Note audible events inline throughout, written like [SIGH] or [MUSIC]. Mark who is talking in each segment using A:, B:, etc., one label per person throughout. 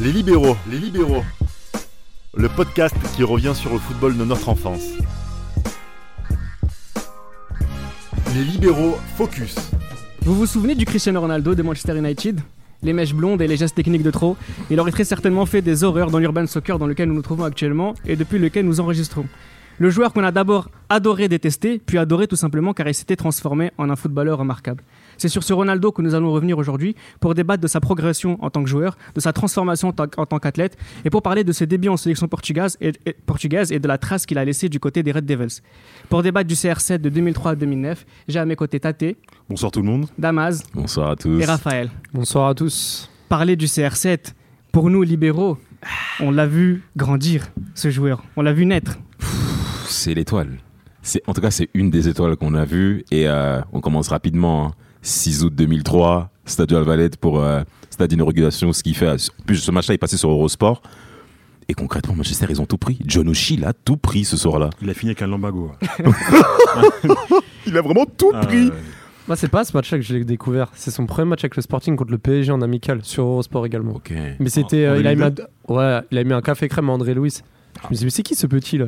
A: Les libéraux, les libéraux. Le podcast qui revient sur le football de notre enfance. Les libéraux focus.
B: Vous vous souvenez du Cristiano Ronaldo de Manchester United Les mèches blondes et les gestes techniques de trop. Il aurait très certainement fait des horreurs dans l'urban soccer dans lequel nous nous trouvons actuellement et depuis lequel nous enregistrons. Le joueur qu'on a d'abord adoré détester, puis adoré tout simplement car il s'était transformé en un footballeur remarquable. C'est sur ce Ronaldo que nous allons revenir aujourd'hui pour débattre de sa progression en tant que joueur, de sa transformation en tant- en tant qu'athlète et pour parler de ses débuts en sélection portugaise et, et- portugaise et de la trace qu'il a laissée du côté des Red Devils. Pour débattre du CR7 de 2003 à 2009, j'ai à mes côtés Tate,
A: Bonsoir tout le monde.
B: Damaz
C: Bonsoir à tous.
B: et Raphaël.
D: Bonsoir à tous.
B: Parler du CR7, pour nous libéraux, on l'a vu grandir, ce joueur. On l'a vu naître.
C: Pff, C'est l'étoile. C'est en tout cas c'est une des étoiles qu'on a vues et euh, on commence rapidement. hein. 6 août 2003, Stade de Valette pour euh, stade d'inauguration, ce qui fait en plus ce match-là est passé sur Eurosport. Et concrètement, Manchester, ils ont tout pris. John O'Shea a tout pris ce soir-là.
E: Il a fini avec un
D: [LAUGHS]
E: lambago.
D: Oh,
C: Il a vraiment tout
A: Euh,
E: Ah, ouais.
D: Moi, c'est pas ce match-là que j'ai découvert. C'est son premier match avec le Sporting contre le PSG en amical sur Eurosport également.
C: Ok.
D: Mais c'était.
E: en
D: euh, il, a mis un- ouais, il a mis un café crème à André Louis. Je me suis dit, mais c'est qui ce petit là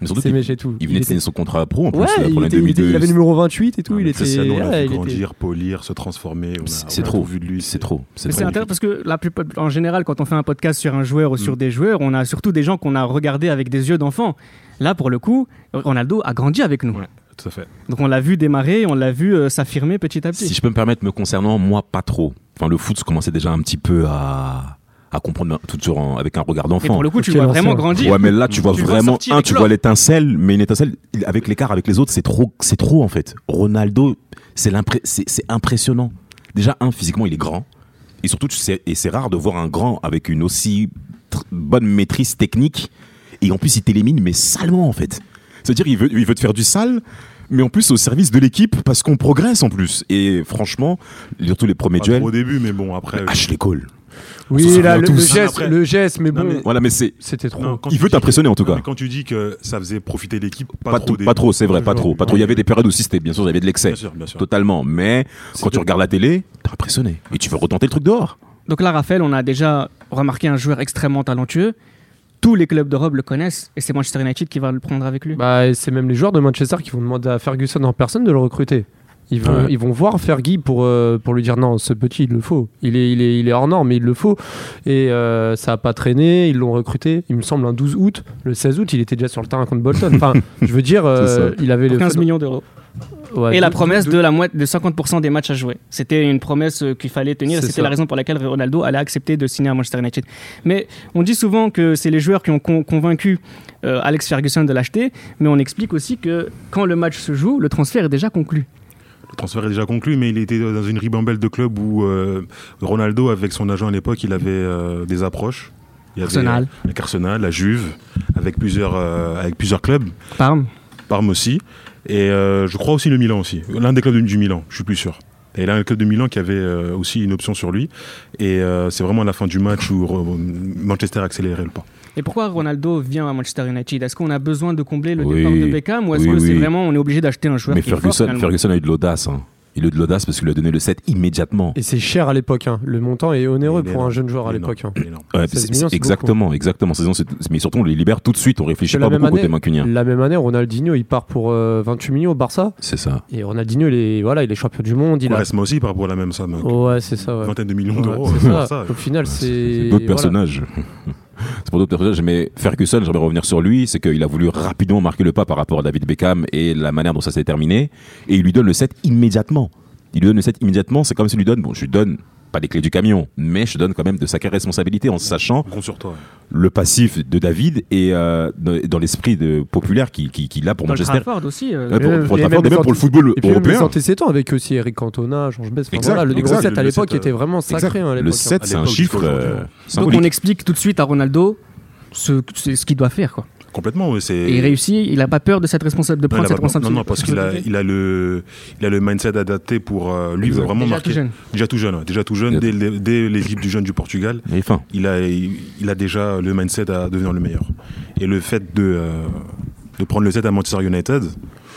C: Mais surtout,
D: C'est
C: il,
D: méché et tout.
C: il venait de
D: était-
C: signer son contrat pro en plus
D: Ouais,
C: là, pour
D: il,
C: l'année
D: était- il était-
C: 2002.
D: il avait le numéro 28 et tout.
E: Ah,
D: il
E: mais
D: était.
E: Cristiano, on l'a
D: ouais,
E: vu
D: il était-
E: grandir, polir, se transformer. on a-
C: C'est-
E: Bah, on
C: c'est
E: a
C: trop.
E: tout vu de lui.
C: C'est trop.
B: Mais C'est
C: trop.
B: intéressant parce que la plupart, en général, quand on fait un podcast sur un joueur ou sur des joueurs, on a surtout des gens qu'on a regardés avec des yeux d'enfant. Là, pour le coup, Ronaldo a grandi avec nous.
E: Ouais. Tout à fait.
B: Donc on l'a vu démarrer, on l'a vu euh, s'affirmer petit à petit.
C: Si je peux me permettre, me concernant, moi, pas trop. Enfin, le foot, je commençais déjà un petit peu à, à comprendre, mais toujours en- avec un regard
B: Et
C: d'enfant.
B: pour le coup, tu
D: Quel
B: vois
D: ancien.
B: vraiment grandir.
C: Ouais, mais là, tu vois
B: Tu le vois
C: vraiment,
B: sortir
C: un,
B: avec
C: tu
B: l'or.
C: vois l'étincelle, mais une étincelle, il- avec l'écart avec les autres, c'est trop, c'est trop, en fait. Ronaldo, c'est l'impré- c'est c'est impressionnant. Déjà, un, physiquement, il est grand. Et surtout, tu sais, et c'est rare de voir un grand avec une aussi tr- bonne maîtrise technique. Et en plus, il t'élimine, mais salement, en fait. C'est-à-dire, il veut, il veut te faire du sale, mais en plus, au service de l'équipe, parce qu'on progresse, en plus. Et franchement, surtout les premiers
E: Pas trop
C: duels,
E: au début, mais bon, après. euh,
C: Ashley Cole. On
D: Oui,
C: s'en
D: là,
C: souvient
D: le,
C: tous.
D: le
C: Non,
E: mais
D: geste,
E: après-
D: le geste, mais
E: Non,
D: bon,
E: mais-
C: Voilà, mais c'est.
D: c'était trop.
E: non, quand
C: Il
E: tu
C: veut
E: dis
C: t'impressionner, en tout
E: que- non,
C: cas.
E: mais quand tu dis que ça faisait profiter l'équipe, pas,
C: Pas,
E: trop.
C: tout-
E: des- euh,
C: pas trop, c'est vrai, pas
D: Toujours.
C: trop, pas trop. Il y avait des périodes aussi, c'était bien sûr, il y avait de l'excès.
E: Bien sûr, bien sûr.
C: Totalement. Mais
E: C'est
C: quand tu
E: de-
C: regardes la télé, t'es impressionné. Et tu veux retenter le truc dehors.
B: Donc là, Raphaël, on a déjà remarqué un joueur extrêmement talentueux. Tous les clubs d'Europe le connaissent et c'est Manchester United qui va le prendre avec lui.
D: Bah, c'est même les joueurs de Manchester qui vont demander à Ferguson en personne de le recruter. Ils vont,
C: Ouais.
D: ils vont voir Fergie pour, euh, pour lui dire non, ce petit, il le faut. Il est, il est, il est hors norme, mais il le faut. Et euh, ça n'a pas traîné, ils l'ont recruté, il me semble, un 12 août. Le 16 août, il était déjà sur le terrain contre Bolton.
E: [LAUGHS]
D: Enfin, je veux dire, euh,
C: C'est ça.
D: il avait le.
B: 15 millions d'euros.
D: Ouais,
C: Bah,
B: Et la
D: deux-
B: promesse
D: deux-
B: de la moitié de 50% des matchs à jouer. C'était une promesse euh, qu'il fallait tenir. et
D: C'est
B: C'était
D: ça.
B: la raison pour laquelle Ronaldo allait accepter de signer à Manchester United. Mais on dit souvent que c'est les joueurs qui ont con- convaincu euh, Alex Ferguson de l'acheter. Mais on explique aussi que quand le match se joue, le transfert est déjà conclu.
E: Le transfert est déjà conclu, mais il était dans une ribambelle de clubs où euh, Ronaldo, avec son agent à l'époque, il avait euh, des approches. Il y avait,
B: Arsenal.
E: euh, Avec Arsenal, la Juve, avec plusieurs, euh, avec plusieurs clubs.
B: Parme.
E: Parme aussi. Et euh, je crois aussi le Milan aussi. L'un des clubs du, du Milan, je suis plus sûr. Et là, un club de Milan qui avait euh, aussi une option sur lui. Et euh, c'est vraiment à la fin du match où euh, Manchester a accéléré le pas.
B: Et pourquoi Ronaldo vient à Manchester United Est-ce qu'on a besoin de combler le
C: Oui.
B: départ de Beckham ou est-ce
C: Oui,
B: que c'est
C: oui.
B: vraiment on est obligé d'acheter un joueur
C: Mais
B: qui est fort,
C: Ferguson,
B: finalement
C: Ferguson a eu de l'audace. hein. Il a eu de l'audace parce qu'il lui a donné le 7 immédiatement.
D: Et c'est cher à l'époque. hein. Le montant est onéreux
E: Il est
D: pour un
E: énorme.
D: jeune joueur à
E: Il est
D: l'époque. hein.
E: énorme.
C: Ouais,
D: 16
C: c'est-
D: millions, c'est
C: exactement, exactement. Saison, c'est- mais surtout, on les libère tout de suite. On réfléchit
D: C'est la
C: pas
D: même
C: beaucoup côté
D: année.
C: mancunien.
D: La même année, Ronaldinho, il part pour euh, 28 millions au Barça.
C: C'est ça.
D: Et Ronaldinho, il est, voilà, il est champion du monde. Il a...
E: Quaresma aussi par rapport à la même somme.
D: Ouais, c'est ça. ouais.
E: Vingtaine de millions
D: Ouais,
E: d'euros.
D: c'est
E: [LAUGHS] c'est
D: ça.
E: ça.
D: Au final, c'est.
C: C'est
D: voilà.
C: d'autres personnages. [LAUGHS] c'est pour d'autres personnages. Mais Ferguson, j'aimerais revenir sur lui. C'est qu'il a voulu rapidement marquer le pas par rapport à David Beckham et la manière dont ça s'est terminé. Et il lui donne le 7 immédiatement. Il lui donne le 7 immédiatement. C'est comme s'il lui donne, bon, je lui donne pas les clés du camion, mais je te donne quand même de sacrées responsabilités en sachant
E: On compte sur toi.
C: le passif de David et euh, dans dans l'esprit de populaire qu'il qui, qui a pour
B: Dans le
C: Manchester.
B: Trafford aussi. euh,
C: Ouais, pour,
D: Et
C: pour
D: même-
C: Trafford,
D: et même
C: et même
D: sorti-
C: pour le football
D: Et puis même les
C: européen.
D: antécédents avec euh, aussi Eric Cantona, Georges Bess. Enfin,
C: Exact,
D: voilà, le gros
C: exact, euh,
D: 7 à
E: le
D: l'époque
E: 7,
D: était vraiment sacré hein, à
C: Le
D: l'époque.
C: 7,
E: hein.
C: c'est
E: À
C: un
E: l'époque,
C: chiffre
E: jusqu'à
C: euh,
E: aujourd'hui.
B: Donc on
C: symbolique.
B: explique tout de suite à Ronaldo ce, ce- ce qu'il doit faire. Quoi.
E: Complètement. ouais, c'est-
B: Et il réussit, il n'a pas peur de, cette responsable, de
E: Non, il
B: prendre
E: a
B: cette
E: pas- non,
B: responsabilité.
E: non, parce qu'il a, il a, le, il a le mindset adapté pour. euh, lui, il veut
C: Exact.
E: vraiment
B: Déjà
E: marquer.
B: tout jeune.
E: Déjà tout jeune. ouais, Déjà tout jeune, dès, le- dès l'équipe du jeune du Portugal.
C: Et fin.
E: il a, il, il a déjà le mindset à devenir le meilleur. Et le fait de, euh, de prendre le set à Manchester United,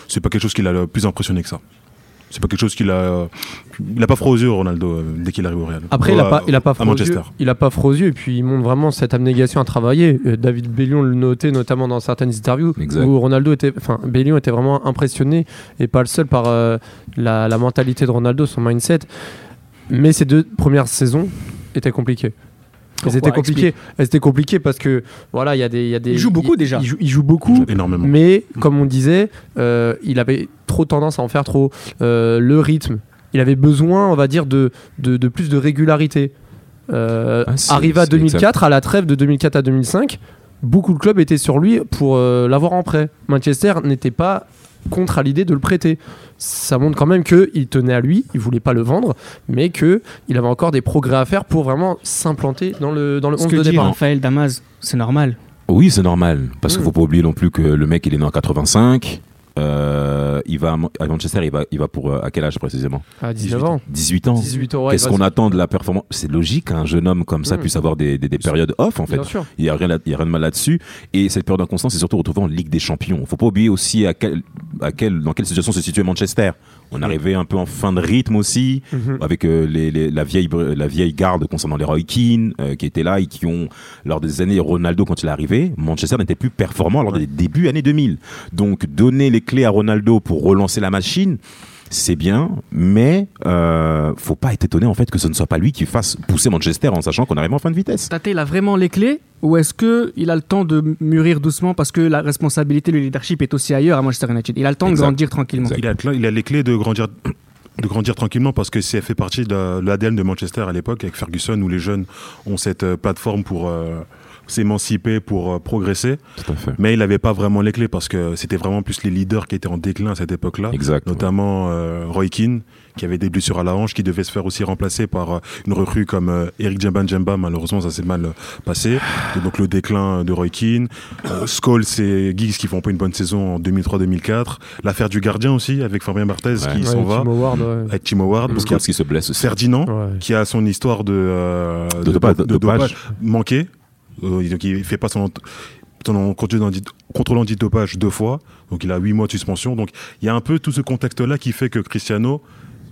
E: c'est pas quelque chose qui l'a le plus impressionné que ça. C'est pas quelque chose qu'il a. Il a pas froid aux yeux, Ronaldo, euh, dès qu'il arrive au Real.
D: Après,
E: Oh,
D: il a
E: à-
D: pas, il a pas froid aux
E: Manchester.
D: yeux. Il a pas froid aux yeux, et puis il montre vraiment cette abnégation à travailler. Euh, David Bellion le notait notamment dans certaines interviews
C: Exact.
D: où Ronaldo était, enfin, Bellion était vraiment impressionné et pas le seul par euh, la, la mentalité de Ronaldo, son mindset. Mais ces deux premières saisons étaient compliquées. Elles
B: Pourquoi
D: étaient compliquées. Elles étaient compliquées parce que voilà, il y a des, il y a des.
B: Il joue beaucoup, déjà.
D: Il joue, il joue beaucoup.
E: Énormément.
D: Mais comme on disait, euh, il avait trop tendance à en faire trop. Euh, le rythme, il avait besoin, on va dire, de, de, de plus de régularité. Euh,
C: Ah, c'est-
D: arrivé à
C: c'est
D: 2004, à la trêve de 2004 à 2005, beaucoup de clubs étaient sur lui pour euh, l'avoir en prêt. Manchester n'était pas contre à l'idée de le prêter. Ça montre quand même qu'il tenait à lui, il voulait pas le vendre, mais qu'il avait encore des progrès à faire pour vraiment s'implanter dans le, dans le
B: Ce
D: 11
B: que
D: de
B: dit
D: départ.
B: Raphaël Damas, c'est normal.
C: Oui, c'est normal. Parce qu'il ne
D: Mm.
C: faut pas oublier non plus que le mec, il est né en 85. euh, il va à Man- à Manchester, il va, il va pour euh, à quel âge précisément
D: À 19 ans.
C: 18 ans.
D: 18 ans, ouais,
C: Qu'est-ce
D: il va-
C: qu'on attend de la performance C'est logique qu'un jeune homme comme ça
D: Mm.
C: puisse avoir des, des- des périodes off en fait.
D: Bien sûr.
C: Il n'y a, rien là- il y a rien de mal là-dessus. Et cette période d'inconstance est surtout retrouvée en Ligue des Champions. Il ne faut pas oublier aussi à quel, à quel- dans quelle situation se situait Manchester. On arrivait un peu en fin de rythme aussi,
D: Mhm.
C: avec euh, les- les- la, vieille, br- la vieille garde concernant les Roy Keane, euh, qui étaient là et qui ont, lors des années Ronaldo quand il est arrivé, Manchester n'était plus performant lors des débuts années 2000. Donc donner les clés à Ronaldo pour relancer la machine, c'est bien, mais euh, faut pas être étonné en fait que ce ne soit pas lui qui fasse pousser Manchester en sachant qu'on arrive en fin de vitesse.
B: Tate, il a vraiment les clés ou est-ce que il a le temps de mûrir doucement parce que la responsabilité, le leadership est aussi ailleurs à Manchester United Il a le temps
C: Exact.
B: de grandir tranquillement.
C: Exact.
E: Il a, cla- il a les clés de grandir, de grandir tranquillement parce que c'est fait partie de l'ADN de Manchester à l'époque avec Ferguson où les jeunes ont cette euh, plateforme pour euh, s'émanciper, pour euh, progresser.
C: Tout à fait.
E: Mais il n'avait pas vraiment les clés parce que c'était vraiment plus les leaders qui étaient en déclin à cette époque-là.
C: Exact.
E: Notamment euh, Roy Keane, qui avait des blessures à la hanche, qui devait se faire aussi remplacer par euh, une recrue comme euh, Eric Djemba Djemba. Malheureusement, ça s'est mal euh, passé. Et donc le déclin de Roy Keane. Euh, Scholes et Giggs qui font pas une bonne saison en 2003-2004. L'affaire du gardien aussi, avec Fabien Barthez qui
C: Ouais, Mm.
E: s'en
D: Ouais,
E: va.
D: Timo Ward, ouais.
E: Avec Timo Ward. Parce qu'il y
C: Parce qu'il se blesse
E: a
C: aussi.
E: Ferdinand,
D: Ouais.
E: qui a son histoire de, euh,
C: De dopa-
E: do-
C: dopage.
E: manqué. Euh, donc il fait pas son, ant- son contrôle d'anti- contrôle antidopage deux fois. Donc il a huit mois de suspension. Donc il y a un peu tout ce contexte-là qui fait que Cristiano,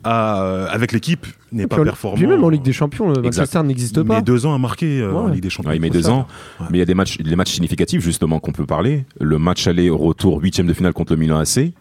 E: a, euh, avec l'équipe, n'est pas
D: Puis en-
E: performant.
D: Puis même en Ligue des Champions, le
C: Exact.
D: Manchester n'existe pas.
E: Mais deux ans à marquer euh, en
D: Ouais.
E: Ligue des Champions.
C: Ouais, il met
E: Faut
C: deux
E: ça.
C: ans,
E: Ouais.
C: mais il y a des matchs, des matchs significatifs justement qu'on peut parler. Le match aller-retour huitième de finale contre le Milan AC,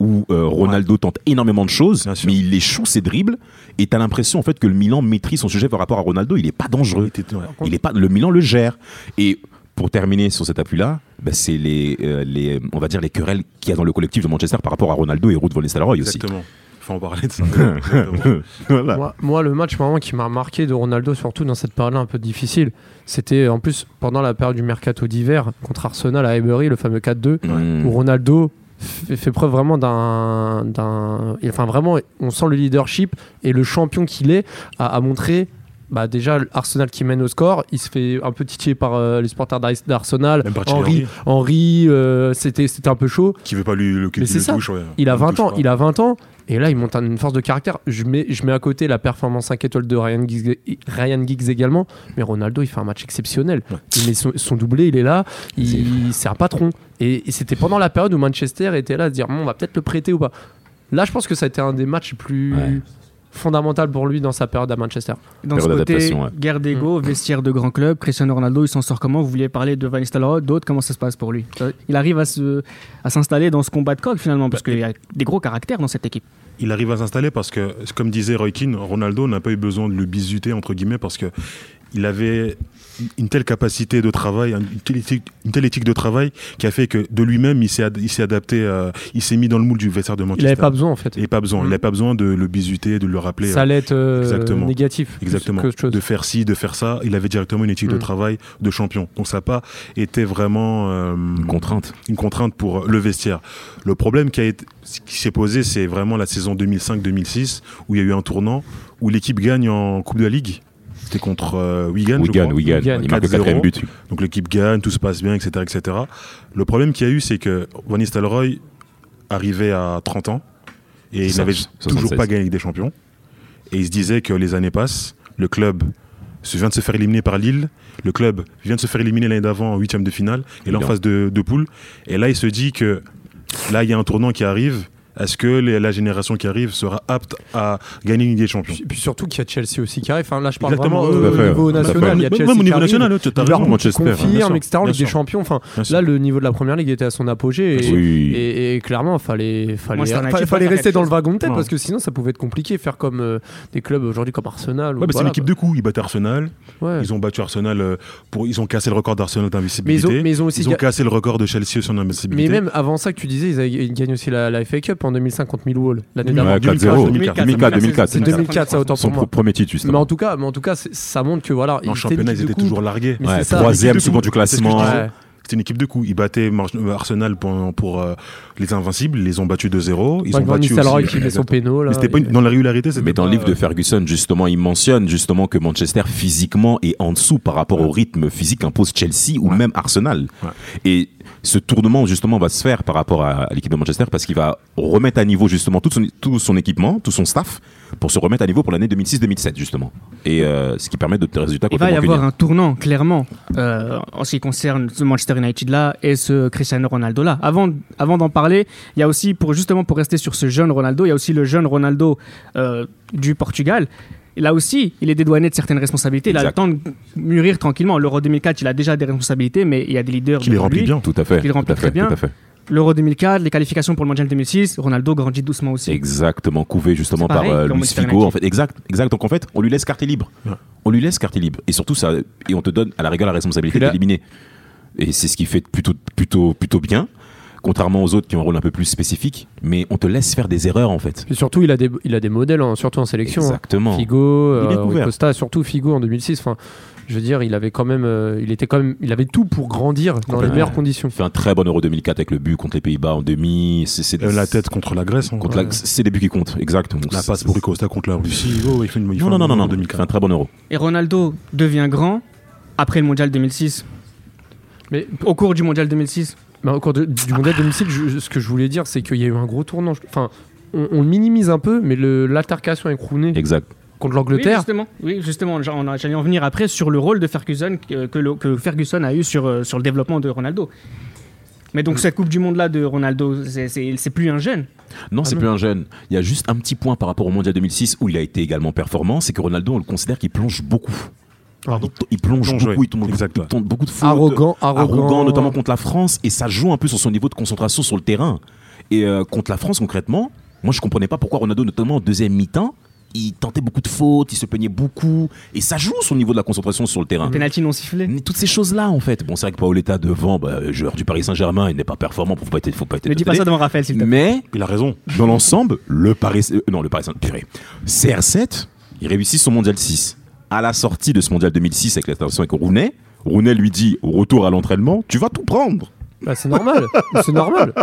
C: où euh, Ronaldo tente énormément de choses,
E: Bien sûr.
C: mais il échoue ses dribbles. Et t'as l'impression en fait que le Milan maîtrise son sujet par rapport à Ronaldo. Il est pas dangereux.
E: Il était- ouais.
C: Il est pas, le Milan le gère. Et pour terminer sur cet appui-là, bah, c'est les, euh, les, on va dire les querelles qu'il y a dans le collectif de Manchester par rapport à Ronaldo et Ruud van Nistelrooy aussi.
E: Exactement. Faut en parler
C: [LAUGHS]
E: de ça. Exactement.
C: Voilà.
D: Moi, moi, le match vraiment qui m'a marqué de Ronaldo, surtout dans cette période-là un peu difficile, c'était en plus pendant la période du mercato d'hiver contre Arsenal à Highbury, le fameux 4-2,
C: Mmh.
E: Hmm.
D: où Ronaldo fait, fait preuve vraiment d'un, d'un- et Enfin, vraiment, on sent le leadership et le champion qu'il est a, a montré. Bah déjà, Arsenal qui mène au score, il se fait un peu titiller par euh, les supporters d'Ars- d'Arsenal.
E: Même par Thierry
D: Henri, Henri euh, c'était, c'était un peu chaud.
E: Qui veut pas lui le, qui
D: Mais
E: lui
D: c'est
E: le
D: ça.
E: touche, ouais.
D: Il a
E: Le
D: 20
E: touche
D: ans,
E: pas.
D: il a 20 ans, et là il monte une force de caractère. Je mets, je mets à côté la performance 5 étoiles de Ryan Giggs, Ryan Giggs également, mais Ronaldo il fait un match exceptionnel.
E: Ouais.
D: Il met son, son doublé, il est là, il- c'est un patron. Et, et c'était pendant la période où Manchester était là à se dire Bon, on va peut-être le prêter ou pas. Là je pense que ça a été un des matchs les plus
C: Ouais.
D: fondamentaux pour lui dans sa période à Manchester.
B: Dans ce
C: Période
B: côté,
C: d'adaptation, ouais.
B: guerre d'ego, vestiaire de grand club, Cristiano Ronaldo, il s'en sort comment Vous vouliez parler de Van Nistelrooy, d'autres, comment ça se passe pour lui Euh, Il arrive à se- à s'installer dans ce combat de coq finalement, parce qu'il y a des gros caractères dans cette équipe.
E: il arrive à s'installer parce que, comme disait Roy Keane, Ronaldo n'a pas eu besoin de le bisuter, entre guillemets, parce que il avait une telle capacité de travail, une telle éthique, une telle éthique de travail qui a fait que de lui-même, il s'est ad- il s'est adapté, euh, il s'est mis dans le moule du vestiaire de
D: Il
E: Manchester.
D: avait pas besoin en fait.
E: Il avait pas besoin. Il
D: Mm.
E: n'avait pas besoin de le bisuter, de le rappeler.
D: Ça
E: euh,
D: allait être euh,
E: Exactement.
D: négatif plus
E: Exactement.
D: que autre chose.
E: De faire ci, de faire ça. Il avait directement une éthique de
D: Mm.
E: travail de champion. Donc ça n'a pas été vraiment euh,
C: Une contrainte.
E: une contrainte pour euh, le vestiaire. Le problème qui, a été- qui s'est posé, c'est vraiment la saison 2005-2006, où il y a eu un tournant, où l'équipe gagne en Coupe de la Ligue. C'était contre euh, Wigan, je
C: Wigan,
E: crois.
C: Wigan,
D: Wigan,
C: il marque le
E: 4-0.
C: quatrième but.
E: Donc l'équipe gagne, tout se passe bien, etc. etc. Le problème qu'il y a eu, c'est que Van Nistelrooy arrivait à 30 ans et il
C: Ça,
E: n'avait toujours
C: 76.
E: pas gagné la Ligue des Champions. Et il se disait que les années passent, le club se vient de se faire éliminer par Lille, le club vient de se faire éliminer l'année d'avant en huitième de finale, et là en
C: Évidemment.
E: phase de, de poule. Et là, il se dit que là, il y a un tournant qui arrive Est-ce que les- la génération qui arrive sera apte à gagner une Ligue des Champions
D: Puis, puis surtout qu'il y a Chelsea aussi qui arrive. Enfin, là, je parle
E: Exactement,
D: vraiment
E: tout à
D: euh,
E: fait,
D: au niveau
E: tout à fait.
D: national. Il y a
E: Même-
D: Chelsea
E: même au niveau
D: qui arrive,
E: national, tu as
D: Liverpool
E: raison,
C: Manchester,
E: bien sûr,
D: confirme, etc.
E: bien
D: Ligue des
E: sûr.
D: Champions. Enfin,
E: Bien sûr.
D: là, le niveau de la première ligue était à son apogée. Et,
C: Oui.
D: et, et clairement, fallait, fallait,
B: Moi, c'est un
D: fallait,
B: actif,
D: fallait
B: faut faire
D: rester
B: quelque
D: dans le
B: chose.
D: wagon de tête
B: Ouais.
D: parce que sinon, ça pouvait être compliqué. Faire comme euh, des clubs aujourd'hui comme Arsenal. ou
E: Ouais, bah, c'est
D: voilà,
E: une équipe de coups. Ils battent Arsenal.
D: quoi. Ouais.
E: Ils ont battu Arsenal euh, pour. Ils ont cassé le record d'Arsenal
D: Mais ils
E: d'invincibilité.
D: ont, mais ils ont aussi.
E: Ils ont
D: ga-
E: cassé le record de Chelsea sur
D: mais
E: l'invincibilité.
D: même avant ça que tu disais, ils, avaient- ils gagnent aussi la, la FA Cup en 2005 contre Millwall l'année d'avant.
C: Ouais,
E: 2004,
C: 2004,
B: 2004,
C: 2004,
D: C'est 2004, ça autant
C: Son
D: pour moi.
C: pro- premier titre,
D: Mais
C: justement.
D: en tout cas, mais en tout cas, c'est- ça montre que voilà.
E: En
D: c'était
E: championnat,
D: une
E: ils
D: équipe de
E: étaient
D: coupe.
E: toujours largués.
D: Mais
C: Ouais,
D: c'est ça,
C: troisième,
E: l'équipe de
C: souvent
E: coupe.
C: du
E: C'est ce que je
C: classement.
E: disais.
D: Ouais.
E: C'était une équipe de coups. Ils battaient Mar- euh, Arsenal pour, pour, euh, les Invincibles. Ils les ont battus 2-0. Ils
D: Van
E: ont battu
D: Nistelrooy
E: aussi-
D: qui met son euh, péno là.
E: Mais c'était pas une- dans la régularité. c'était
C: Mais dans le
E: pas,
C: livre de Ferguson, justement, il mentionne justement que Manchester physiquement est en dessous par rapport au rythme physique qu'impose Chelsea ou même Arsenal.
E: Ouais.
C: Et ce tournement justement va se faire par rapport à l'équipe de Manchester parce qu'il va remettre à niveau justement tout son, tout son équipement, tout son staff pour se remettre à niveau pour l'année 2006-2007 justement. Et euh, ce qui permet de résultats
B: Il
C: contre
B: va y avoir
C: Mancunien.
B: un tournant, clairement, euh, en ce qui concerne ce Manchester United-là et ce Cristiano Ronaldo-là. Avant, avant d'en parler, il y a aussi, pour, justement pour rester sur ce jeune Ronaldo, il y a aussi le jeune Ronaldo euh, du Portugal. Et Là aussi, il est dédouané de certaines responsabilités. Il a le
C: Exact.
B: temps de mûrir tranquillement. L'Euro 2004, il a déjà des responsabilités, mais il y a des leaders.
E: Qui les
B: devant
E: remplit
B: lui.
E: bien.
C: Tout à fait.
B: Il remplit
C: tout à
B: très
C: fait,
B: bien.
C: Tout à fait.
B: L'Euro 2004, les qualifications pour le Mondial 2006. Ronaldo grandit doucement aussi.
C: Exactement, couvé justement
B: C'est
C: par
B: pareil,
C: euh,
B: comme
C: Luis
B: Manchester
C: Figo. En
B: United.
C: fait. Exact, exact. Donc en fait, on lui laisse carte libre.
E: Ouais.
C: On lui laisse carte libre. Et surtout, ça, et on te donne à la rigueur la responsabilité
D: Puis là-
C: d'éliminer. Et c'est ce qui fait plutôt, plutôt, plutôt bien, contrairement aux autres qui ont un rôle un peu plus spécifique. Mais on te laisse faire des erreurs en fait.
D: Et surtout, il a des, il a des modèles, hein, surtout en sélection. hein.
C: Exactement.
D: Figo,
C: Oh. Il est
D: euh, Rui
C: ouvert.
D: Costa, surtout Figo en 2006. Enfin, je veux dire, il avait quand même, euh, il était quand même, il avait tout pour grandir dans les
C: Complètement.
D: meilleures conditions.
C: Il fait un très bon Euro 2004 avec le but contre les Pays-Bas en demi. C'est, c'est-
E: euh, La tête contre la Grèce. hein.
C: contre
D: Ouais.
C: la, c'est des buts qui comptent. Exact. Donc,
E: La
C: c'est-
E: passe pour Costa contre la Russie. Oh, il fait une- il fait
C: Non,
E: un
C: non, non,
E: bon
C: non, non. Il
E: 2004.
C: fait un très bon Euro.
B: Et Ronaldo devient grand après le Mondial 2006.
D: Mais,
B: Au cours du Mondial 2006,
D: mais au cours de- du mondial 2006, je- ce que je voulais dire, c'est qu'il y a eu un gros tournant. Enfin, on, on le minimise un peu, mais le- l'altercation avec Rooney
C: Exact.
D: contre
B: Oui,
D: l'Angleterre.
B: justement. Oui, justement. Genre, on a- J'allais en venir après sur le rôle de Ferguson que, que le- que Ferguson a eu sur, euh, sur le développement de Ronaldo. Mais donc cette Coupe du Monde là de Ronaldo, c'est- c'est c'est plus un jeune.
C: Non,
E: Ah
C: c'est
D: non.
C: plus un jeune. Il y a juste un petit point par rapport au Mondial 2006 où il a été également performant, c'est que Ronaldo, on le considère qu'il plonge beaucoup.
D: Pardon.
C: Il, t- il plonge
E: Plonge,
C: beaucoup,
E: ouais.
C: il tombe,
E: Exact,
C: il
E: ouais.
C: tombe beaucoup de fautes.
D: arrogant, arrogant,
C: Arrogant, notamment contre la France, et ça joue un peu sur son niveau de concentration sur le terrain. Et euh, contre la France, concrètement, moi je comprenais pas pourquoi Ronaldo, notamment en deuxième mi-temps, il tentait beaucoup de fautes, il se plaignait beaucoup, et ça joue son niveau de la concentration sur le terrain.
B: Penalty non sifflé.
C: Mais toutes ces choses-là, en fait. Bon, c'est vrai que Paoletta devant, bah, joueur du Paris Saint-Germain, il n'est pas performant, faut pas être, faut pas être
B: Ne dis pas
C: étonné.
B: ça devant Raphaël s'il te plaît.
C: Mais
E: Il a raison.
C: dans l'ensemble, le Paris, euh, non, le Paris Saint- purée. CR7, il réussit son mondial 6. À la sortie de ce mondial 2006 avec l'intervention avec Rounet, Rounet lui dit au retour à l'entraînement, tu vas tout prendre.
D: Bah, c'est normal, c'est normal,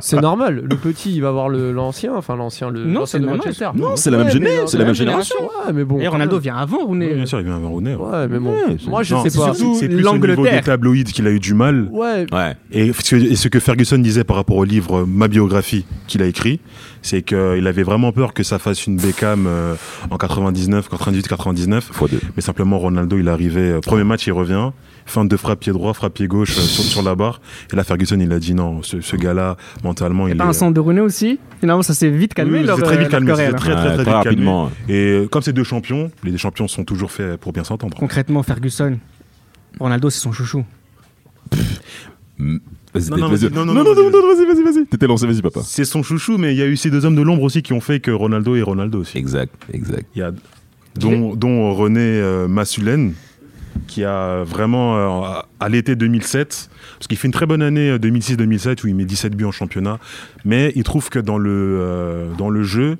D: c'est normal. Le petit, il va voir le- l'ancien, enfin l'ancien, le
B: Non,
D: l'ancien
B: c'est
D: de
B: le même
D: Manchester.
C: Non, c'est la même
D: Ouais,
C: géné-
D: mais
C: c'est la même génération.
D: Ouais, mais bon.
B: Et
D: quand
B: Eh, Ronaldo
D: même.
B: vient avant Rooney.
E: Bien sûr, il vient un Rooney.
D: Ouais, mais bon.
C: Ouais, c'est-
D: Moi, je
E: Non,
D: sais
E: c'est
D: pas.
B: surtout- Tout
E: C'est plus au niveau
B: l'Angleterre.
E: des tabloïds qu'il a eu du mal.
D: Ouais.
C: Ouais.
E: Et ce que- et ce que Ferguson disait par rapport au livre euh, Ma biographie qu'il a écrit, c'est qu'il avait vraiment peur que ça fasse une Beckham euh, en 99, 98, 99.
C: Fois deux.
E: Mais simplement, Ronaldo, il est arrivé, euh, premier match, il revient, fin de frappe pied droit, frappe pied gauche euh, sur, sur la barre. Et là, Ferguson, il a dit non, ce, ce gars-là, mentalement, il
B: Pas
E: est. euh,
B: un centre de Rooney aussi. Finalement, ça s'est vite calmé.
E: Oui,
B: leur,
E: c'est très
B: euh,
E: vite
B: leur
E: calmé,
B: querelle,
E: c'était
B: hein.
E: très, très,
C: Ouais,
E: très, vite calmé.
C: rapidement.
E: Et euh, comme c'est deux champions, les deux champions sont toujours faits pour bien s'entendre.
B: Concrètement, Ferguson, Ronaldo, c'est son chouchou.
C: Mm. Vas-y,
E: Non, non,
C: vas-y.
E: vas-y, non, non,
C: non,
E: non,
C: non, non, vas-y, vas-y, vas-y. T'étais lancé, vas-y, papa.
E: C'est son chouchou, mais il y a eu ces deux hommes de l'ombre aussi qui ont fait que Ronaldo est Ronaldo aussi.
C: Exact, exact.
E: Il y a dont, dont René euh, Massulène qui a vraiment euh, à l'été 2007 parce qu'il fait une très bonne année euh, 2006-2007 où il met 17 buts en championnat mais il trouve que dans le euh, dans le jeu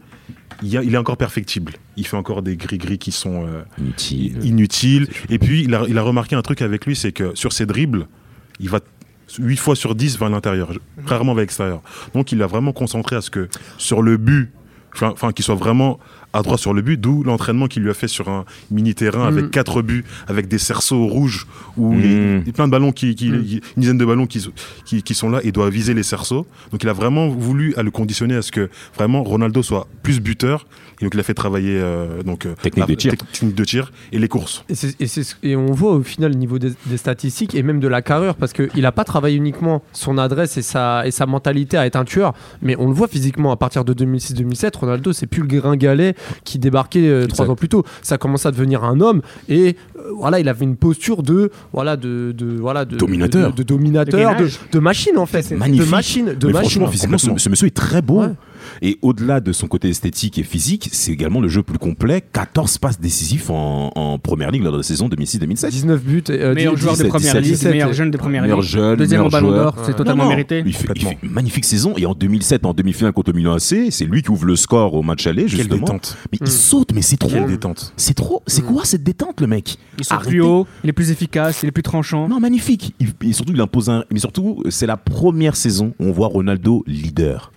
E: il, y a- il est encore perfectible il fait encore des gris gris qui sont euh,
C: Inutile.
E: inutiles et puis il a, il a remarqué un truc avec lui c'est que sur ses dribbles il va 8 fois sur 10 va à l'intérieur rarement va à l'extérieur donc il a vraiment concentré à ce que sur le but enfin enfin, qu'il soit vraiment adroit sur le but, d'où l'entraînement qu'il lui a fait sur un mini terrain
D: Mm.
E: avec quatre buts, avec des cerceaux rouges où
C: Mm.
E: il il y a plein de ballons qui, qui-
D: Mm.
E: une dizaine de ballons qui, qui, qui sont là et doit viser les cerceaux. Donc il a vraiment voulu à le conditionner à ce que vraiment Ronaldo soit plus buteur. Et donc il a fait travailler euh, donc euh,
C: Technique
E: la-
C: de tir.
E: technique de tir et les courses.
D: Et, c'est- et c'est ce- et on voit au final au niveau des, des statistiques et même de la carrure parce qu'il n'a pas travaillé uniquement son adresse et sa, et sa mentalité à être un tueur, mais on le voit physiquement à partir de 2006-2007, Ronaldo c'est plus le gringalet qui débarquait euh, trois
C: Exact.
D: ans plus tôt, ça commence à devenir un homme et euh, voilà il avait une posture de voilà de, de- voilà de
C: Dominateur.
D: de, de dominateur,
B: De
D: de,
B: gainage.
D: de machine en fait,
C: magnifique.
D: de machine, de
C: Mais
D: machine.
C: franchement, physiquement, ce,
E: complètement.
C: ce monsieur est très beau.
D: Ouais.
C: Et au-delà de son côté esthétique et physique, c'est également le jeu plus complet. 14 passes décisives en, en première ligue lors de la saison 2006-2007.
D: 19 buts, et, euh,
B: meilleur
D: 10
B: joueur de
C: 17,
B: première ligue,
D: 17,
B: meilleur jeune de première
C: meilleur
B: ligue,
C: jeune,
B: deuxième au
C: meilleur
B: Ballon
C: joueur.
B: d'Or, c'est Ah, totalement
C: Non, non.
B: mérité.
C: Il fait, il
E: Complètement.
C: fait une magnifique saison. Et en 2007, en demi-finale contre le Milan AC, c'est lui qui ouvre le score au match aller,
E: Quelle
C: justement.
E: détente.
C: Mais
D: Mm.
C: il saute, mais c'est trop.
E: Quelle détente.
C: C'est trop. C'est
D: Mm.
C: quoi cette détente, le mec
B: Il sort
C: Arrêtez.
B: plus haut, il est plus efficace, il est plus tranchant.
C: Non, magnifique. Il- et surtout, il impose un. Mais surtout, c'est la première saison où on voit Ronaldo leader.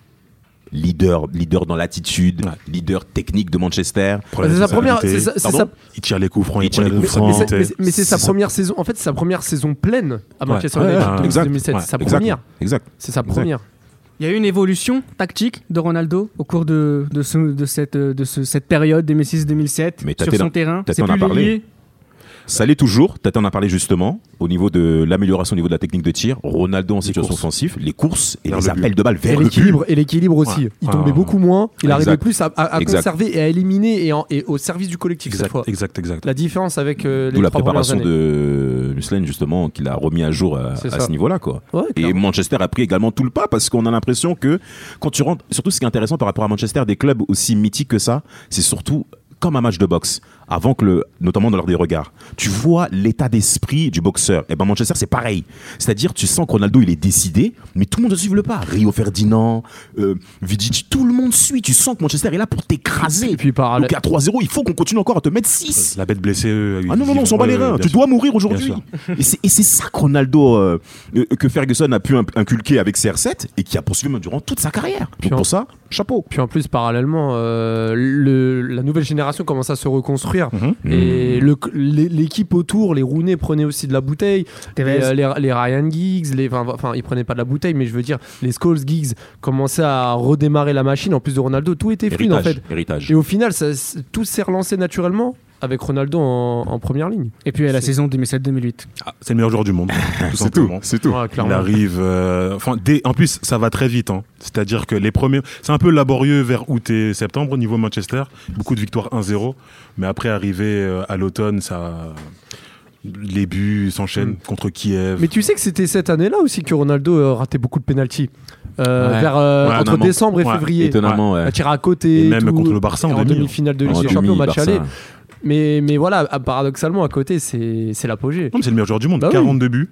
C: Leader, leader dans l'attitude,
E: Ouais.
C: leader technique de Manchester.
E: Prend la
D: C'est sa première-
E: responsabilité.
D: c'est sa-
E: Pardon
D: c'est sa-
E: Il tire les coups francs.
C: Il tire
E: prend
C: les
E: la
C: coups francs.
D: Mais c'est-
E: responsabilité.
D: mais c'est- mais c'est sa
C: C'est ça.
D: première saison. En fait, c'est sa première saison pleine à Manchester
E: Ouais, ouais,
D: United
E: ouais,
D: en
E: ouais.
D: 2007.
E: Ouais,
D: c'est sa
C: Exact.
D: première.
C: Exact.
D: C'est sa
C: Exact.
D: première.
B: Il y a eu une évolution tactique de Ronaldo au cours de, de, ce- de cette, de ce- cette période 2006-2007
C: Mais
B: sur
C: Tata,
B: son
C: non.
B: terrain.
C: Tata
B: C'est
C: en a
B: plus
C: parlé.
B: lié.
C: Ça l'est toujours. Tata en a parlé justement au niveau de l'amélioration au niveau de la technique de tir. Ronaldo en situation
E: courses.
C: offensive, les courses et
E: Vers
C: les
E: le but.
C: appels de balles
D: Et
C: vers le but.
D: l'équilibre, et l'équilibre aussi.
E: Ouais.
D: Il
E: Ouais,
D: tombait
E: ouais,
D: beaucoup moins. Il
C: Exact.
D: arrivait plus à, à- à
C: Exact.
D: conserver et à éliminer et, en- et au service du collectif cette
E: Exact,
D: fois.
E: exact, exact.
D: La différence avec euh, les
C: D'où la
D: trois
C: préparation
D: premières
C: de Muslin justement qu'il a remis à jour à,
D: C'est
C: à
D: ça.
C: ce niveau-là quoi.
D: années. Ouais,
C: Et
D: clairement.
C: Manchester a pris également tout le pas parce qu'on a l'impression que quand tu rentres, surtout ce qui est intéressant par rapport à Manchester, des clubs aussi mythiques que ça, c'est surtout comme un match de boxe, avant que le, notamment dans l'heure des regards. Tu vois l'état d'esprit du boxeur. Et ben Manchester, c'est pareil. C'est-à-dire, tu sens que Ronaldo, il est décidé, mais tout le monde ne suit le pas. Rio Ferdinand, euh, Vidic, tout le monde suit. Tu sens que Manchester est là pour t'écraser.
D: Et puis par
C: Donc à 3-0, il faut qu'on continue encore à te mettre 6.
E: La bête blessée. euh,
C: Ah non, non, non, on s'en bat
E: ouais,
C: les
E: ouais,
C: reins.
E: bien
C: Tu
E: sûr.
C: dois mourir aujourd'hui.
E: Bien
C: Et c'est et c'est ça que Ronaldo, euh, euh, que Ferguson a pu imp- inculquer avec CR7 et qui a poursuivi même durant toute sa carrière.
D: Puis
C: Donc
D: en-
C: pour ça, chapeau.
D: Puis en plus, parallèlement, euh, le- la nouvelle génération commence à se
C: Mm.
D: reconstruire.
E: Mhm.
D: Et le- l'é- l'équipe autour, les Rooney prenaient aussi de la bouteille.
B: Tevez.
D: Et, euh, les, les Ryan Giggs, les, enfin, enfin, ils prenaient pas de la bouteille, mais je veux dire, les Scholes Giggs commençaient à redémarrer la machine. En plus de Ronaldo, tout était fluide en fait.
C: héritage.
D: Et au final, ça- c- tout s'est relancé naturellement avec Ronaldo en, en première ligne.
B: Et puis à la
D: C'est-
B: saison 2007-2008.
E: Ah, C'est le meilleur joueur du monde. tout
C: C'est tout,
E: simplement.
C: c'est tout.
D: Ouais,
E: Il
D: clairement.
E: arrive. euh, enfin, dès- en plus, ça va très vite. hein. C'est-à-dire que les premiers. C'est un peu laborieux vers août et septembre au niveau Manchester. Beaucoup de victoires 1-0. Mais après, arrivé euh, à l'automne, ça. Les buts s'enchaînent contre Kiev.
D: Mais tu sais que c'était cette année-là aussi que Ronaldo euh, ratait beaucoup de pénalties. Euh,
C: Ouais.
D: Vers, euh,
E: Ouais,
D: entre
C: étonnamment.
D: décembre et
E: Ouais,
D: février.
C: Étonnamment, ouais.
D: Il a tiré à côté.
E: Et même
D: tout.
E: contre le Barça en
D: Et
E: demi, hein.
D: demi-finale de
C: En
D: Ligue des
C: demi,
D: Champions, match
C: Barça.
D: aller. Mais, mais voilà, à- paradoxalement, à côté, c'est c'est l'apogée.
E: Non, mais C'est le meilleur joueur du monde.
D: Bah oui.
E: 42 buts.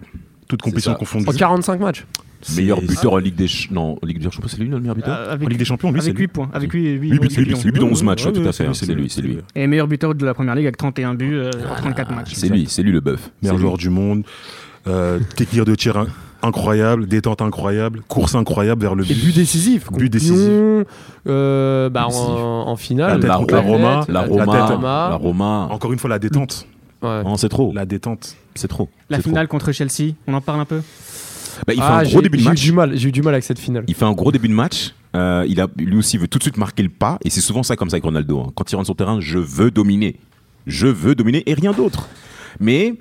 E: Toutes compétitions
C: ça.
E: confondues.
D: En 45 matchs.
E: C'est-
C: Meilleur buteur en Ligue des Ch- non, en Ligue des Champions, c'est lui le meilleur buteur.
B: Euh,
E: En
B: avec,
E: Ligue des Champions, lui, c'est
B: avec
E: lui.
B: 8 points. Avec 8,
C: Huit buts, huit buts, huit buts dans 11 matchs, ouais, tout à fait,
E: hein.
C: c'est lui, c'est lui.
B: Et meilleur buteur de la première ligue avec 31 buts euh, en 34 matchs.
C: C'est lui, c'est lui le bœuf.
E: meilleur
C: C'est
E: joueur du monde, euh, technique de tir in- incroyable, détente incroyable, course incroyable vers le
D: Et
E: but.
D: but décisif. contre
E: But décisif.
D: Lyon, euh, bah, en,
C: Décisif.
D: en
C: La,
D: finale.
E: tête
C: la
E: contre la
C: Roma,
E: Roma,
C: la
E: la
C: Roma,
E: tête.
C: la Roma.
E: Encore une fois, la détente.
D: Ouais.
C: Non, c'est trop,
E: La détente.
C: c'est trop.
B: La
C: c'est trop.
B: finale contre Chelsea, on en parle un peu
C: Bah, il fait
D: Ah,
C: un
D: j'ai-
C: gros début de
D: j'ai eu
C: match.
D: du mal- J'ai eu du mal avec cette finale.
C: Il fait un gros début de match. Euh, il a, lui aussi veut tout de suite marquer le pas. Et c'est souvent ça comme ça avec Ronaldo. hein. Quand il rentre sur le terrain, je veux dominer. Je veux dominer et rien d'autre. Mais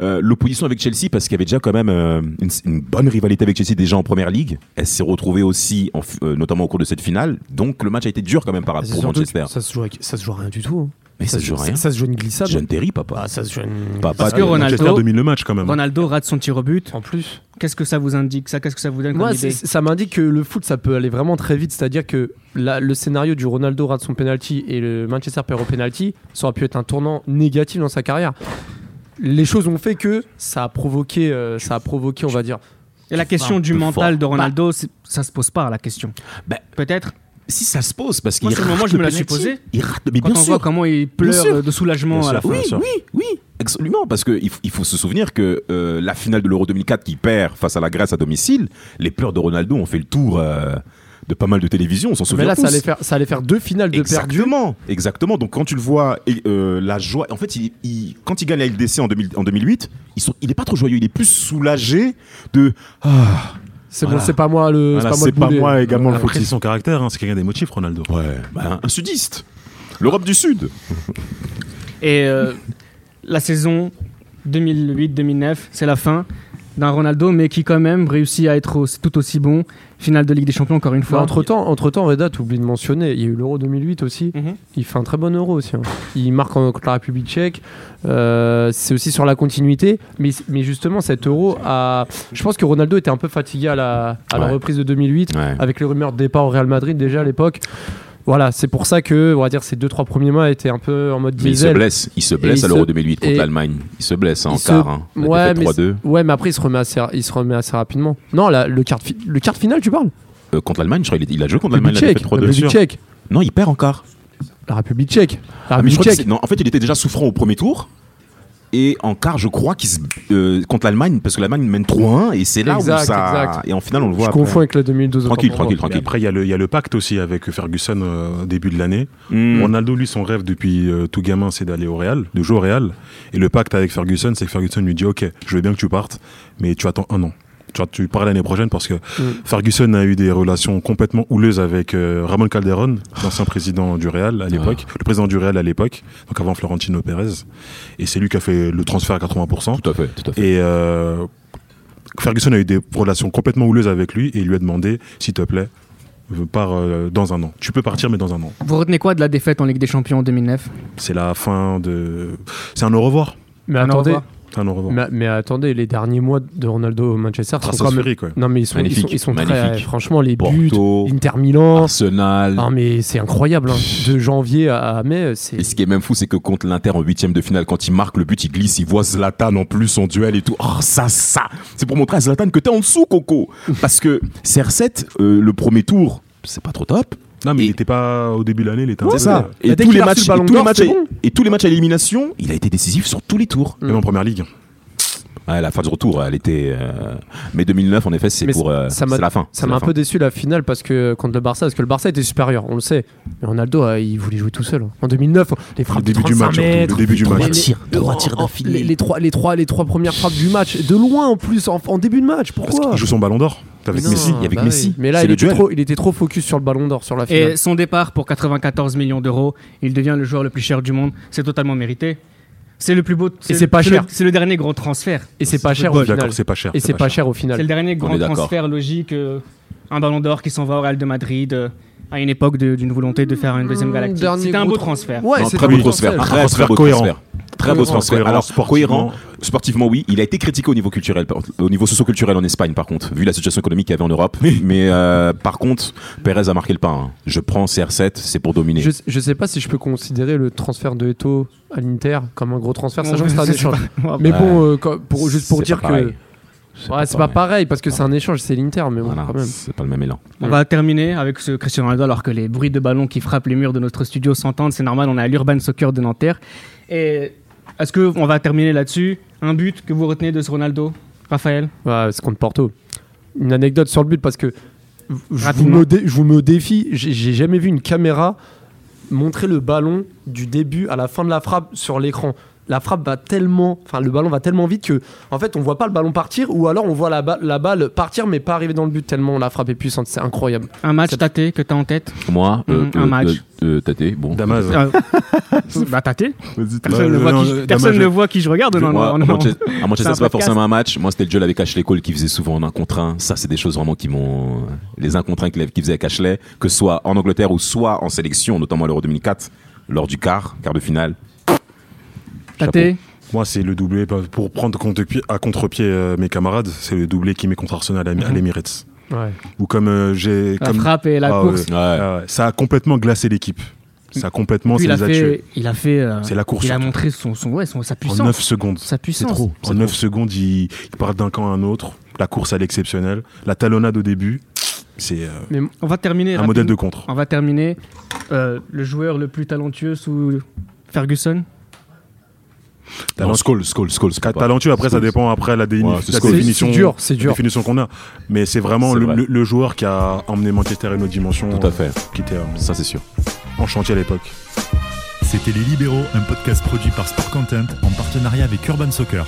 C: euh, l'opposition avec Chelsea, parce qu'il y avait déjà quand même euh, une, une bonne rivalité avec Chelsea déjà en première ligue, elle s'est retrouvée aussi, en f- euh, notamment au cours de cette finale. Donc le match a été dur quand même par,
D: C'est
C: pour
D: surtout que
C: Manchester.
D: Ça se joue, avec- ça se joue à rien du tout. hein.
C: Mais ça ne joue à rien.
D: Ça se joue à une glissade.
C: Jeune Terry,
D: Ah,
C: papa.
D: ça se joue à une-
C: Papa
B: Parce
C: de-
B: que Ronaldo-
E: Manchester domine le match quand même.
B: Ronaldo rate son tir au but.
D: En plus.
B: Qu'est-ce que ça vous indique ça Qu'est-ce que ça vous donne comme
D: Moi, c'est-
B: idée
D: ça m'indique que le foot, ça peut aller vraiment très vite. C'est-à-dire que la- le scénario du Ronaldo rate son penalty et le Manchester perd au penalty, ça aurait pu être un tournant négatif dans sa carrière. Les choses ont fait que ça a provoqué, euh, ça a provoqué, on va dire.
B: Et la question du
C: peu
B: mental
C: fort.
B: de Ronaldo, c'est- ça se pose pas la question.
C: Bah,
B: Peut-être.
C: Si ça se pose, parce qu'il
B: Moi,
C: rate
B: sur le moment,
C: le
B: je me la suis
C: penalty.
B: posée.
C: Il rate, mais
B: Quand
C: bien
B: on
C: sûr.
B: voit comment il pleure
C: sûr.
B: euh, de soulagement
E: Bien
B: à la
E: sûr.
B: fin.
E: Bien sûr.
C: oui, oui, absolument, parce qu'il faut, il faut se souvenir que euh, la finale de l'Euro 2004 qui perd face à la Grèce à domicile, les pleurs de Ronaldo ont fait le tour. euh, de pas mal de télévisions, on s'en souvient
D: Mais là,
C: tous.
D: ça allait, faire, ça allait faire deux finales de perdu.
C: Exactement, exactement. Donc quand tu le vois, et, euh, la joie. En fait, il, il- quand il gagne la LDC en, 2000 en 2008, ils sont, il est pas trop joyeux. Il est plus soulagé de. Ah,
D: C'est bon,
C: Voilà.
D: c'est pas moi le.
E: Voilà,
D: c'est pas Ah, moi le boulet.
E: également
C: le
E: Après,
C: fautif.
E: c'est son caractère, hein, c'est quelqu'un d'émotif, Ronaldo.
C: ouais, bah, un sudiste. L'Europe du Sud.
B: Et euh, [LAUGHS] la saison 2008-2009, c'est la fin d'un Ronaldo, mais qui quand même réussit à être au- tout aussi bon. Finale de Ligue des Champions, encore une fois.
D: entre temps, entre temps, Reda, t'oublies de mentionner, il y a eu l'Euro 2008 aussi.
B: Mhm.
D: Il fait un très bon Euro aussi. hein. Il marque en- contre la République Tchèque. Euh, c'est aussi sur la continuité, mais, mais justement cet Euro a. Je pense que Ronaldo était un peu fatigué à la, à la
C: Ouais.
D: reprise de 2008
C: Ouais.
D: avec les rumeurs de départ au Real Madrid déjà à l'époque. Voilà, c'est pour ça que on va dire ces deux trois premiers mois étaient un peu en mode
C: Mais il se
D: diesel.
C: blesse, il se
D: Ah, Et
C: blesse
D: il
C: à l'Euro
D: se-
C: 2008 contre
D: et-
C: l'Allemagne. Il se blesse hein, en
D: il se-
C: quart. hein. La
D: Ouais,
C: défaite
D: mais
C: 3-2
D: Ouais, mais après il se remet assez, il se remet assez rapidement. Non, là, le quart de fi- le quart de finale, tu parles
C: Euh, contre l'Allemagne, je crois. Il, il a joué contre l'Allemagne.
D: République
C: La défaite
D: tchèque, la
C: 3-2
D: République tchèque,
C: Non, il perd en quart.
D: la République tchèque, la
C: Ah, mais je
D: République
C: crois que
D: tchèque.
C: c'est- non, en fait, il était déjà souffrant au premier tour. Et en quart, je crois qu'il se- euh, contre l'Allemagne, parce que l'Allemagne mène 3-1, et c'est là
D: Exact,
C: où ça.
D: exact.
C: Et en finale, on le
D: Je
C: voit. après.
D: confonds avec la 2012.
C: Tranquille,
D: autant pour moi.
C: tranquille,
E: Et
C: tranquille.
E: après, il y, a le- il y a le pacte aussi avec Ferguson euh, au début de l'année.
C: Mm.
E: Ronaldo, lui, son rêve depuis euh, tout gamin, c'est d'aller au Real, de jouer au Real. Et le pacte avec Ferguson, c'est que Ferguson lui dit Ok, je veux bien que tu partes, mais tu attends un an. Tu, vois, tu pars l'année prochaine parce que Ferguson a eu des relations complètement houleuses avec euh, Ramon Calderon, l'ancien président du Real à l'époque, le président du Real à l'époque, donc avant Florentino Pérez. Et c'est lui qui a fait le transfert à 80%.
C: Tout à fait, tout à fait.
E: Et euh, Ferguson a eu des relations complètement houleuses avec lui et il lui a demandé S'il te plaît, pars euh, dans un an. Tu peux partir, mais dans un an.
B: Vous retenez quoi de la défaite en Ligue des Champions en 2009
E: C'est la fin de. C'est un au revoir.
D: Mais
B: Non, au
D: attendez,
B: revoir.
E: C'est un au revoir.
D: mais, mais attendez, les derniers mois de Ronaldo au Manchester sont quand même.
E: Stratosphérique, ouais.
D: Non mais ils sont, ils sont,
C: Magnifique,
D: ils sont très.
C: magnifique.
D: Franchement, les buts,
C: Porto,
D: Inter Milan.
C: Arsenal.
D: Non mais c'est incroyable. hein. De janvier à à mai, c'est.
C: Et ce qui est même fou, c'est que contre l'Inter en huitième de finale, quand il marque le but, il glisse, il voit Zlatan en plus en duel et tout. Oh, ça, ça C'est pour montrer à Zlatan que t'es en dessous,
D: [LAUGHS]
C: Coco Parce que CR7, euh, le premier tour, c'est pas trop top.
E: Non, mais
C: Et-
E: il n'était pas au début de l'année, il était un
C: C'est
E: peu-
C: ça.
D: Mais
C: Et
D: dès
C: tous,
D: qu'il
C: les
D: a reçu
C: matchs,
D: le
C: et
D: Ballon
C: tous les
D: d'Or,
C: matchs
D: c'est
C: à-
D: bon.
C: et tous les matchs à élimination, il a été décisif sur tous les tours.
D: Mm.
E: Même en première ligue.
C: Ouais, la fin du retour, elle était. euh, Mais 2009, en effet, c'est
D: Mais
C: pour. euh,
D: ça m'a-
C: c'est la fin.
D: Ça
C: C'est
D: m'a
C: la
D: un
C: fin.
D: peu déçu la finale parce que contre le Barça, parce que le Barça était supérieur, on le sait. Mais Ronaldo, euh, il voulait jouer tout seul. hein. En 2009, les frappes
E: Le début
D: de
E: du
D: 35
E: match, surtout, le
D: mètres,
E: début du
D: les-
E: match.
D: les-
C: Tirs,
D: les-
C: trois
D: oh,
C: tirs
D: oh,
C: d'affilée.
D: Les, les trois, les trois, les trois premières frappes du match, de loin en plus, en, en début de match.
E: Parce
D: Pourquoi
E: qu'il joue son ballon d'or. Avec
D: Non,
E: Messi.
C: il y avait
D: bah
C: Messi.
D: oui. Mais là,
C: C'est
D: il
C: le
D: était,
C: duel.
D: trop, il était trop focus sur le ballon d'or sur la finale.
B: Et son départ pour 94 millions d'euros, il devient le joueur le plus cher du monde. C'est totalement mérité. C'est le plus beau.
D: c'est pas
B: le-
D: cher.
B: C'est le dernier grand transfert.
D: Et c'est pas
E: Je suis
D: cher au final.
E: D'accord, c'est pas cher.
D: Et c'est pas cher au
B: C'est le
D: final.
B: dernier grand
C: est d'accord.
B: transfert logique. euh, un ballon d'or qui s'en va au Real de Madrid euh, à une époque de- d'une volonté de faire une deuxième
D: Mmh,
B: galactique.
D: dernier
B: C'était un
D: gros
B: beau
D: tra-
B: transfert.
D: Ouais,
C: Non,
D: c'est
C: très
D: un
C: beau
E: oui.
C: transfert,
E: Un
C: un très, très
E: transfert
C: beau
E: cohérent.
C: transfert. Très beau
E: Cohérent,
C: transfert.
E: cohérent,
C: Alors,
E: sportivement.
C: cohérent, sportivement, oui. Il a été critiqué au niveau culturel, par- au niveau socio-culturel en Espagne, par contre, vu la situation économique qu'il y avait en Europe. Mais euh, par contre, Pérez a marqué le pas. hein. Je prends CR7, c'est pour dominer.
D: Ah, Je, je sais pas si je peux considérer le transfert de Eto à l'Inter comme un gros transfert,
B: Bon,
D: sachant que c'est un
B: je sais
D: échange.
B: pas.
D: Mais
C: Ouais.
D: bon, euh, quand- pour, juste pour
C: C'est
D: dire
C: pas
D: que.
C: pareil.
D: Ouais, c'est pas pareil parce que c'est un échange, c'est l'Inter, mais bon,
C: Voilà,
D: quand même.
C: c'est pas le même élan.
B: On va terminer avec ce Cristiano Ronaldo alors que les bruits de ballon qui frappent les murs de notre studio s'entendent, c'est normal, on est à l'Urban Soccer de Nanterre. Et est-ce que on va terminer là-dessus Un but que vous retenez de ce Ronaldo Raphaël
D: Ouais, c'est contre Porto. Une anecdote sur le but parce que je vous,
B: Rapidement.
D: me dé- je vous mets au défi, j'ai j'ai jamais vu une caméra montrer le ballon du début à la fin de la frappe sur l'écran. La frappe va tellement, enfin le ballon va tellement vite que en fait on voit pas le ballon partir ou alors on voit la, ba- la balle partir mais pas arriver dans le but tellement la frappe est puissante, c'est incroyable.
B: Un match
D: C'est-
B: tâté que t'as en tête
C: Moi, euh,
B: Mm, un
C: euh,
B: match.
C: euh, euh, Tâté, bon.
E: Damas.
D: Ah,
B: Euh, [LAUGHS] Bah tâté Personne,
E: Ouais,
B: ne,
E: le-
B: voit
E: non,
B: qui-
E: le-
B: personne
E: dommage.
B: ne voit qui je regarde. Non,
C: Moi,
B: non,
C: à
B: non.
C: Manchester, à Manchester,
B: un
C: c'est pas
B: podcast.
C: forcément un match. Moi, c'était le duel avec Ashley Cole qui faisait souvent en un contre un. Ça, c'est des choses vraiment qui m'ont. Les un contre un qu'il qu'il faisait avec Ashley, que ce soit en Angleterre ou soit en sélection, notamment à l'Euro 2004, lors du quart, quart de finale.
B: Tâté
E: Moi, c'est le doublé. bah, Pour prendre compte- à contre-pied euh, mes camarades, c'est le doublé qui met contre Arsenal à l'Em- à
D: Mhm.
E: l'Emirates.
D: Ouais.
E: Ou comme euh, j'ai.
B: la
E: comme-
B: frappe et la
E: Ah,
B: course.
E: ouais.
C: Ouais.
E: Ah, ouais. Ça a complètement glacé l'équipe.
D: Mmh.
E: Ça a complètement.
B: Puis
E: Ça
B: il a,
E: les a tués.
B: fait, il a fait. euh,
E: C'est la course.
B: il a
E: surtout.
B: montré son, son, ouais, son, sa
E: En
B: puissance.
E: 9 secondes.
B: Sa puissance.
E: En 9 secondes, il, il part d'un camp à un autre. La course, elle est exceptionnelle. La talonnade au début, c'est euh,
B: On va terminer.
E: un
B: rapidement.
E: modèle de contre.
D: Ah.
B: On va terminer. euh, le joueur le plus talentueux sous Ferguson
C: Non, Scholes, Scholes, Scholes,
E: Ca-
C: peut pas.
E: talentueux, après, ça dépend après la, déni-
C: Ouais,
E: la
C: c'est score.
D: C'est
E: définition,
D: c'est dur, c'est
E: la
D: dur.
E: définition qu'on a. Mais c'est vraiment
C: C'est
E: le,
C: vrai.
E: le- le joueur qui a emmené Manchester à une autre dimension
C: Tout à fait,
E: euh, qui était euh,
C: ça c'est sûr.
E: en chantier à l'époque.
A: C'était Les Libéraux, un podcast produit par Sport Content en partenariat avec Urban Soccer.